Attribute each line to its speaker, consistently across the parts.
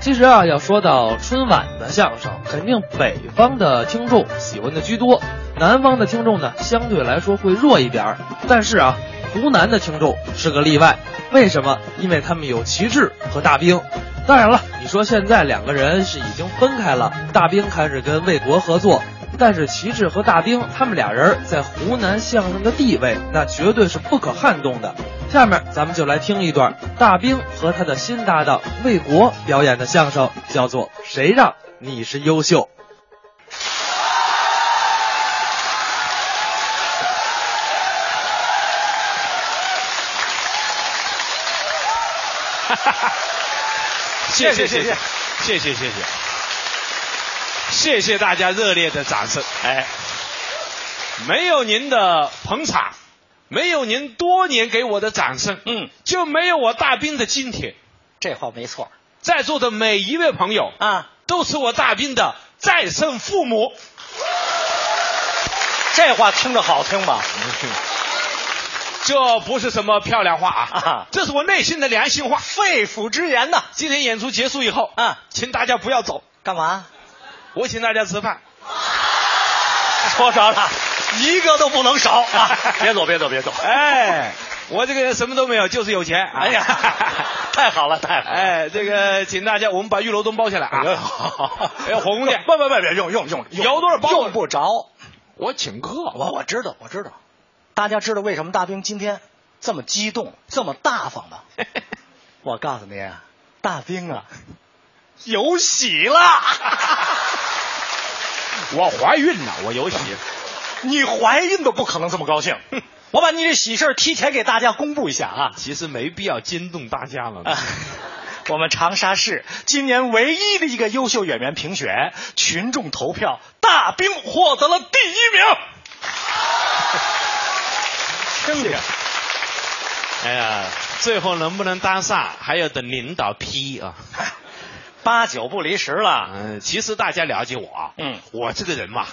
Speaker 1: 其实啊，要说到春晚的相声，肯定北方的听众喜欢的居多，南方的听众呢相对来说会弱一点儿。但是啊，湖南的听众是个例外，为什么？因为他们有旗帜和大兵。当然了，你说现在两个人是已经分开了，大兵开始跟魏国合作，但是旗帜和大兵他们俩人在湖南相声的地位，那绝对是不可撼动的。下面咱们就来听一段大兵和他的新搭档魏国表演的相声，叫做《谁让你是优秀》。
Speaker 2: 谢谢谢谢谢谢谢谢谢谢大家热烈的掌声！哎，没有您的捧场，没有您多年给我的掌声，
Speaker 3: 嗯，
Speaker 2: 就没有我大兵的今天。
Speaker 3: 这话没错
Speaker 2: 在座的每一位朋友，
Speaker 3: 啊，
Speaker 2: 都是我大兵的再生父母。
Speaker 3: 这话听着好听吧？
Speaker 2: 这不是什么漂亮话啊
Speaker 3: 啊，
Speaker 2: 这是我内心的良心话。
Speaker 3: 肺腑之言呐！
Speaker 2: 今天演出结束以后，
Speaker 3: 啊，
Speaker 2: 请大家不要走，
Speaker 3: 干嘛？
Speaker 2: 我请大家吃饭。
Speaker 3: 说啥了？一个都不能少 啊！ 别走，别走，别走！
Speaker 2: 哎，我这个人什么都没有，就是有钱。
Speaker 3: 哎 呀， 太好了，太好了！
Speaker 2: 哎，这个请大家，我们把玉楼东包下来
Speaker 3: 哎
Speaker 2: 啊！
Speaker 3: 好，
Speaker 2: 哎火宫殿
Speaker 3: 不不不，别用用用，用
Speaker 2: 有多少包
Speaker 3: 用不着。
Speaker 2: 我请客，
Speaker 3: 啊我我知道，我知道。大家知道为什么大兵今天这么激动、这么大方 吗？我告诉你，大兵啊，有喜了！
Speaker 2: 我怀孕了，我有喜。
Speaker 3: 你怀孕都不可能这么高兴。我把你这喜事儿提前给大家公布一下 啊！
Speaker 2: 其实没必要惊动大家了。
Speaker 3: 啊， 我们长沙市今年唯一的一个优秀演员评选，群众投票，大兵获得了第一名。
Speaker 2: 听听。哎呀，最后能不能搭讪，还要等领导批啊。
Speaker 3: 八九不离十了，
Speaker 2: 嗯，其实大家了解我啊，
Speaker 3: 嗯，
Speaker 2: 我这个人嘛，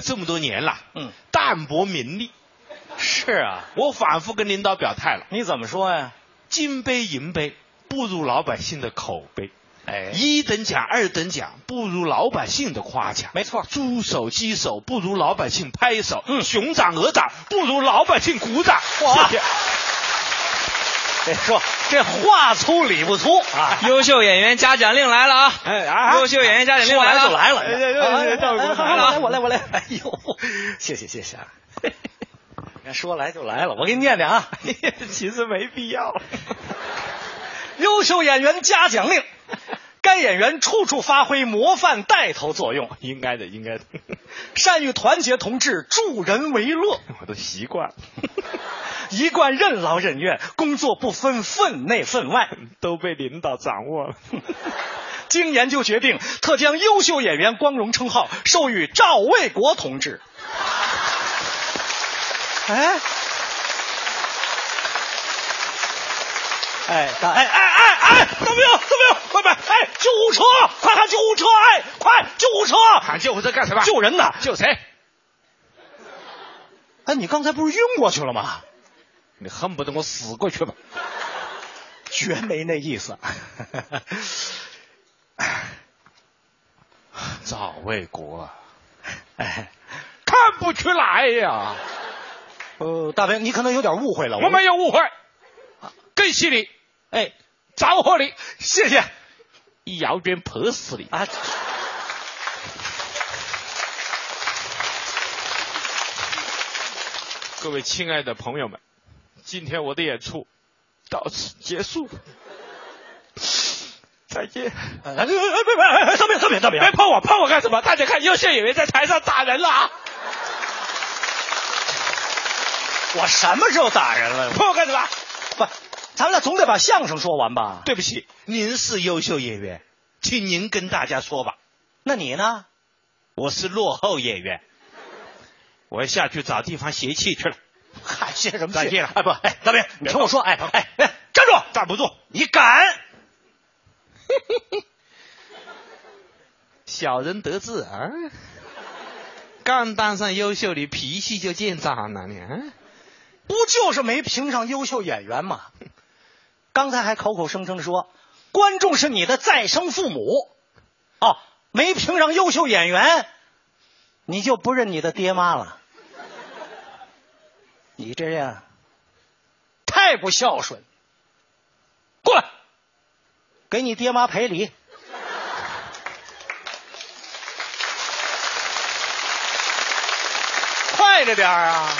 Speaker 2: 这么多年了，
Speaker 3: 嗯，
Speaker 2: 淡泊名利，
Speaker 3: 是啊，
Speaker 2: 我反复跟领导表态了，
Speaker 3: 你怎么说呀？
Speaker 2: 金杯银杯不如老百姓的口碑，
Speaker 3: 哎
Speaker 2: 一等奖、二等奖不如老百姓的夸奖，
Speaker 3: 没错
Speaker 2: 猪手、鸡手不如老百姓拍手，
Speaker 3: 嗯
Speaker 2: 熊掌、鹅掌不如老百姓鼓掌。
Speaker 3: 哇
Speaker 2: 谢谢
Speaker 3: 这说这话粗理不粗啊，
Speaker 4: 优秀演员嘉奖令来了啊！
Speaker 2: 哎啊
Speaker 4: 优秀演员嘉奖令
Speaker 3: 说
Speaker 4: 来
Speaker 3: 来
Speaker 4: 了，
Speaker 3: 就来了。啊
Speaker 2: 哎哎哎哎赵哥
Speaker 3: 好好我来我来。哎呦，谢谢谢谢啊！ 你看说来就来了，我给你念念啊。
Speaker 2: 其实没必要了。
Speaker 3: 优秀演员嘉奖令，该演员处处发挥模范带头作用，
Speaker 2: 应该的，应该的，
Speaker 3: 善于团结同志，助人为乐，
Speaker 2: 我都习惯了，
Speaker 3: 一贯任劳任怨，工作不分分内分外。
Speaker 2: 都被领导掌握了。
Speaker 3: 经研究决定，特将优秀演员光荣称号授予赵卫国同志。哎，哎，大哎哎哎哎，大兵，大兵，快快，哎，救护车，快喊救护车，哎，快救护车！
Speaker 2: 喊救护车干什么？
Speaker 3: 救人呐！
Speaker 2: 救谁？
Speaker 3: 哎，你刚才不是晕过去了吗？
Speaker 2: 你恨不得我死过去吧？
Speaker 3: 绝没那意思。
Speaker 2: 赵卫国啊，
Speaker 3: 哎，
Speaker 2: 看不出来呀、
Speaker 3: 呃，大兵，你可能有点误会了。
Speaker 2: 我没有误会，更犀利，
Speaker 3: 哎，
Speaker 2: 着火你，
Speaker 3: 谢谢
Speaker 2: 一摇卷泼死你！
Speaker 3: 啊。
Speaker 2: 各位亲爱的朋友们，今天我的演出到此结束，再见。
Speaker 3: 哎哎哎哎哎，大兵，大兵，大兵，
Speaker 2: 别碰我，碰我干什么？大家看，优秀演员在台上打人了啊！
Speaker 3: 我什么时候打人了？
Speaker 2: 碰我干什么？
Speaker 3: 不，咱们俩总得把相声说完吧？，
Speaker 2: 对不起，您是优秀演员，请您跟大家说吧。
Speaker 3: 那你呢？
Speaker 2: 我是落后演员，我下去找地方泄气去了。
Speaker 3: 嗨，谢什么谢？
Speaker 2: 再见了
Speaker 3: 哎不，哎，大兵，你听我说，哎哎哎，站住！
Speaker 2: 站不住，
Speaker 3: 你敢？
Speaker 2: 小人得志啊！刚当上优秀，你脾气就见长了，你、啊、
Speaker 3: 不就是没评上优秀演员吗？刚才还口口声声地说观众是你的再生父母。哦，没评上优秀演员，你就不认你的爹妈了？你这样太不孝顺，
Speaker 5: 过来，
Speaker 3: 给你爹妈赔礼。
Speaker 5: 快着点儿啊！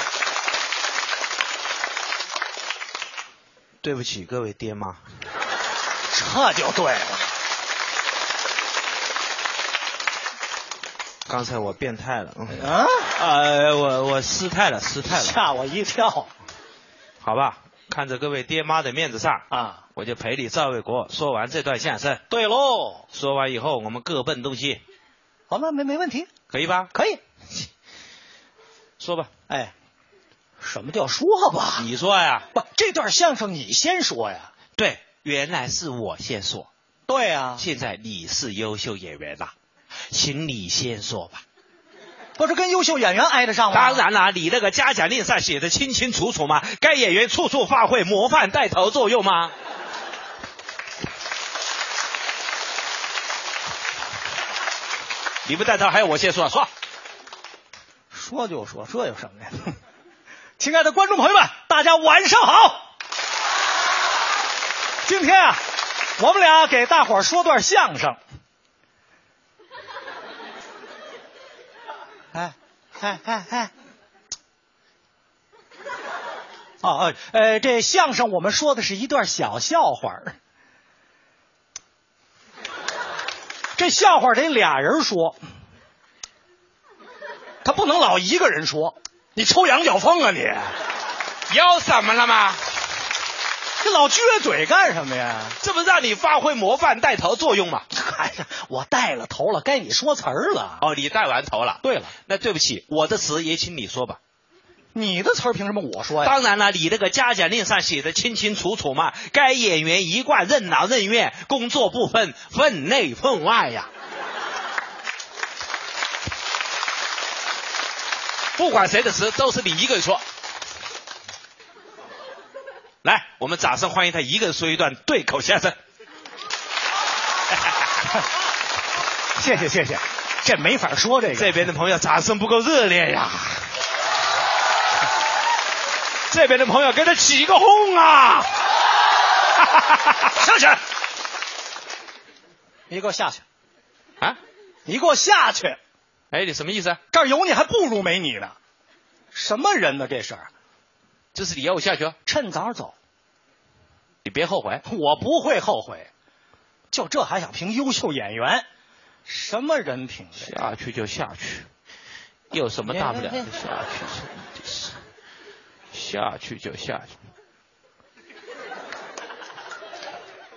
Speaker 2: 对不起，各位爹妈。
Speaker 3: 这就对了，
Speaker 2: 刚才我变态了，嗯
Speaker 3: 啊，
Speaker 2: 呃，我我失态了，失态了，
Speaker 3: 吓我一跳
Speaker 2: 好吧，看着各位爹妈的面子上，
Speaker 3: 啊！
Speaker 2: 我就陪你赵卫国说完这段相声。
Speaker 3: 对喽，
Speaker 2: 说完以后，我们各奔东西，
Speaker 3: 好吧，没没问题，
Speaker 2: 可以吧？
Speaker 3: 可以。
Speaker 2: 说吧，
Speaker 3: 哎，什么叫说吧？
Speaker 2: 你说呀？
Speaker 3: 不，这段相声你先说呀。
Speaker 2: 对，原来是我先说，
Speaker 3: 对呀、
Speaker 2: 现在你是优秀演员啦，请你先说吧。
Speaker 3: 不是跟优秀演员挨得上吗？
Speaker 2: 当，然啦、你那个嘉奖令上写的清清楚楚嘛，该演员处处发挥模范带头作用 嘛。你不带头，还有我先说，说
Speaker 3: 说就说，这有什么呀？ 亲爱的观众朋友们，大家晚上好。今天啊，我们俩给大伙儿说段相声。哎哎哎哎！哦哦，呃，这相声我们说的是一段小笑话儿。这笑话得俩人说，他不能老一个人说。你抽羊角风啊你！
Speaker 2: 腰怎么了嘛？
Speaker 3: 你老撅嘴干什么呀？
Speaker 2: 这不让你发挥模范带头作用嘛？
Speaker 3: 哎呀，我带了头了，该你说词儿了。
Speaker 2: 哦，你带完头了。
Speaker 3: 对了，
Speaker 2: 那对不起，我的词也请你说吧。
Speaker 3: 你的词儿凭什么我说呀？
Speaker 2: 当然了，你那个嘉奖令上写的清清楚楚嘛，该演员一贯任劳任怨，工作不分分内分外呀。 不管谁的词，都是你一个人说。来，我们掌声欢迎他一个人说一段对口相声。
Speaker 3: 谢谢谢谢，这没法说这个。
Speaker 2: 这边的朋友掌声不够热烈呀， 这边的朋友给他起个哄啊！ 上去
Speaker 3: 你给我下去，
Speaker 2: 啊！
Speaker 3: 你给我下去！
Speaker 2: 哎，你什么意思啊？
Speaker 3: 这儿有你还不如没你呢。什么人呢？这是
Speaker 2: 这是你要我下去啊？
Speaker 3: 趁早走，
Speaker 2: 你别后悔。
Speaker 3: 我不会后悔。就这还想评优秀演员？什么人评的？
Speaker 2: 下去就下去，有什么大不了
Speaker 3: 别
Speaker 2: 的？
Speaker 3: 别别
Speaker 2: 下去真是，下去就下去。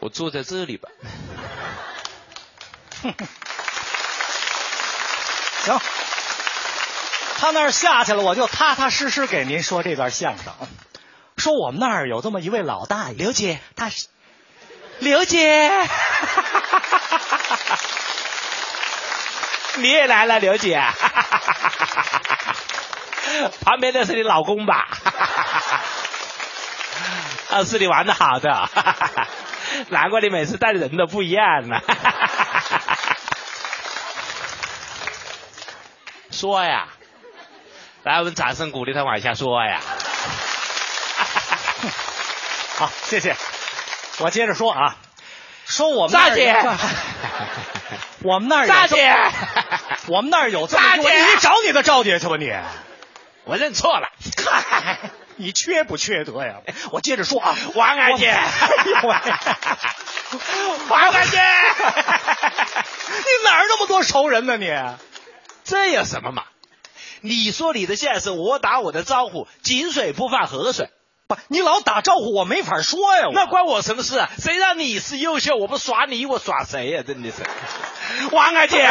Speaker 2: 我坐在这里吧。
Speaker 3: 行，他那儿下去了，我就踏踏实实给您说这段相声。说我们那儿有这么一位老大爷，刘姐，他是
Speaker 2: 刘 姐，你也来了，刘姐。旁边的是你老公 吧？啊，是你玩的好 的，难怪你每次带人都不一样呢。说呀，来，我们掌声鼓励他往下说呀。
Speaker 3: 好，谢谢。我接着说啊，说我们
Speaker 2: 大
Speaker 3: 那儿
Speaker 2: 姐
Speaker 3: 有我们那儿有
Speaker 2: 大
Speaker 3: 这
Speaker 2: 姐，
Speaker 3: 我们那儿有这么一位
Speaker 2: 大姐
Speaker 3: 你找你的赵姐去吧 你。
Speaker 2: 我认错了。
Speaker 3: 嗨，你缺不缺德呀？我接着说啊，
Speaker 2: 王二姐，
Speaker 3: 哎呦喂，
Speaker 2: 王二姐，
Speaker 3: 你哪儿那么多熟人呢你？
Speaker 2: 这有什么嘛？你说你的相声，我打我的招呼，井水不犯河水，
Speaker 3: 不，你老打招呼，我没法说呀。我
Speaker 2: 那关我什么事啊？谁让你是优秀，我不耍你，我耍谁呀、真的是， 王二 姐，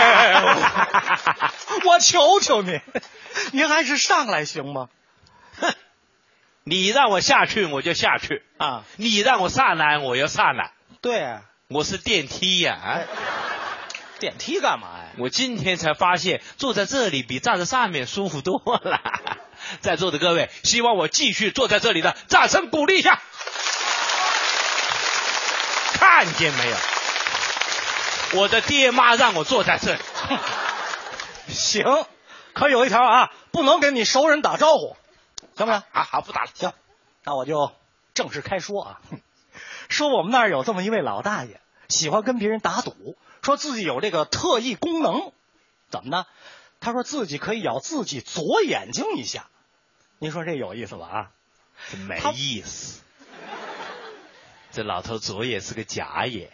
Speaker 3: 我求求你，您还是上来行吗？
Speaker 2: 你让我下去我就下去，
Speaker 3: 啊，
Speaker 2: 你让我上来我就上来，
Speaker 3: 对啊，
Speaker 2: 我是电梯呀、啊！
Speaker 3: 电梯干嘛呀？
Speaker 2: 我今天才发现，坐在这里比站在上面舒服多了。 在座的各位，希望我继续坐在这里的，掌声鼓励一下。看见没有？我的爹妈让我坐在这里。
Speaker 3: 行，可有一条啊，不能跟你熟人打招呼，行不行？
Speaker 2: 啊，好，不打了。
Speaker 3: 行，那我就正式开说啊。 说我们那儿有这么一位老大爷，喜欢跟别人打赌，说自己有这个特异功能，怎么呢？他说自己可以咬自己左眼睛一下。您说这有意思吧？啊，
Speaker 2: 没意思。这老头左眼是个假眼，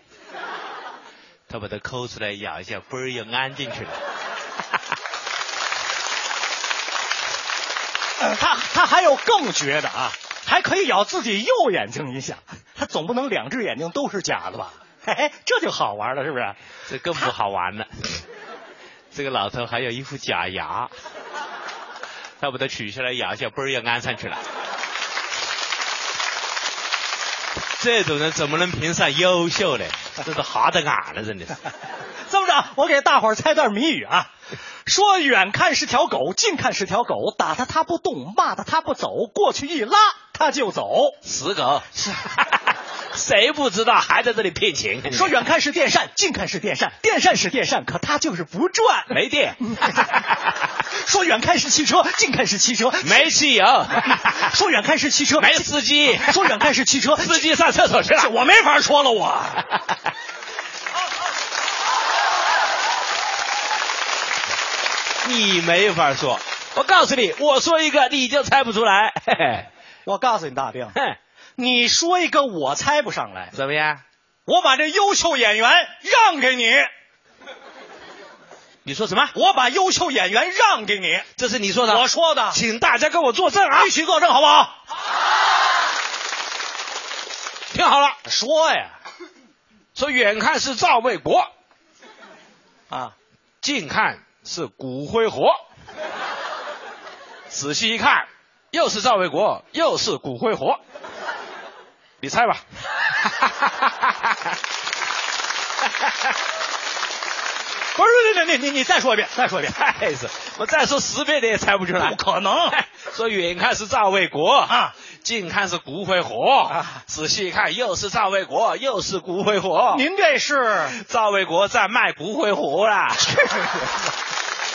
Speaker 2: 他把它抠出来咬一下，嘣儿又安进去了。
Speaker 3: 呃他他还有更绝的啊，还可以咬自己右眼睛一下。 他总不能两只眼睛都是假的吧？嘿、嘿，这就好玩了，是不是？
Speaker 2: 这更不好玩了。这个老头还有一副假牙，他把它取下来咬一下，嘣儿又安上去了。这种人怎么能评上优秀嘞？这都哈得俺了，真的是。
Speaker 3: 这么着，我给大伙儿猜段谜语啊，说远看是条狗，近看是条狗，打它它不动，骂它它不走，过去一拉它就走。
Speaker 2: 死狗， 谁不知道还在这里骗钱？
Speaker 3: 说远看是电扇，近看是电扇，电扇是电扇，可它就是不转。
Speaker 2: 没电，
Speaker 3: 说远看是汽车，近看是汽车，
Speaker 2: 没汽油，
Speaker 3: 说远看是汽车，
Speaker 2: 没司机，
Speaker 3: 说远看是汽车，
Speaker 2: 司机上厕所去了。
Speaker 3: 我没法说了我。
Speaker 2: 啊 你没法说，我告诉你，我说一个你就猜不出来。嘿嘿
Speaker 3: 我告诉你，大兵，
Speaker 2: 哼，
Speaker 3: 你说一个我猜不上来，
Speaker 2: 怎么样？
Speaker 3: 我把这优秀演员让给你，
Speaker 2: 你说什么？
Speaker 3: 我把优秀演员让给你，
Speaker 2: 这是你说的？
Speaker 3: 我说的，
Speaker 2: 请大家跟我作证啊！
Speaker 3: 必须作证，好不好？
Speaker 2: 听好了，
Speaker 3: 说呀，
Speaker 2: 说远看是赵卫国，
Speaker 3: 啊，
Speaker 2: 近看是骨灰活，仔细一看，又是赵卫国，又是骨灰活。你猜吧。
Speaker 3: 不是，你你你你再说一遍，再说一遍，
Speaker 2: 太是，我再说十遍你也猜不出来。
Speaker 3: 不可能，
Speaker 2: 说远看是赵卫国
Speaker 3: 啊，
Speaker 2: 近看是骨灰活，
Speaker 3: 啊
Speaker 2: 仔细看又是赵卫国，又是 骨灰活。
Speaker 3: 您这是。
Speaker 2: 啊赵卫国在卖骨灰活啦。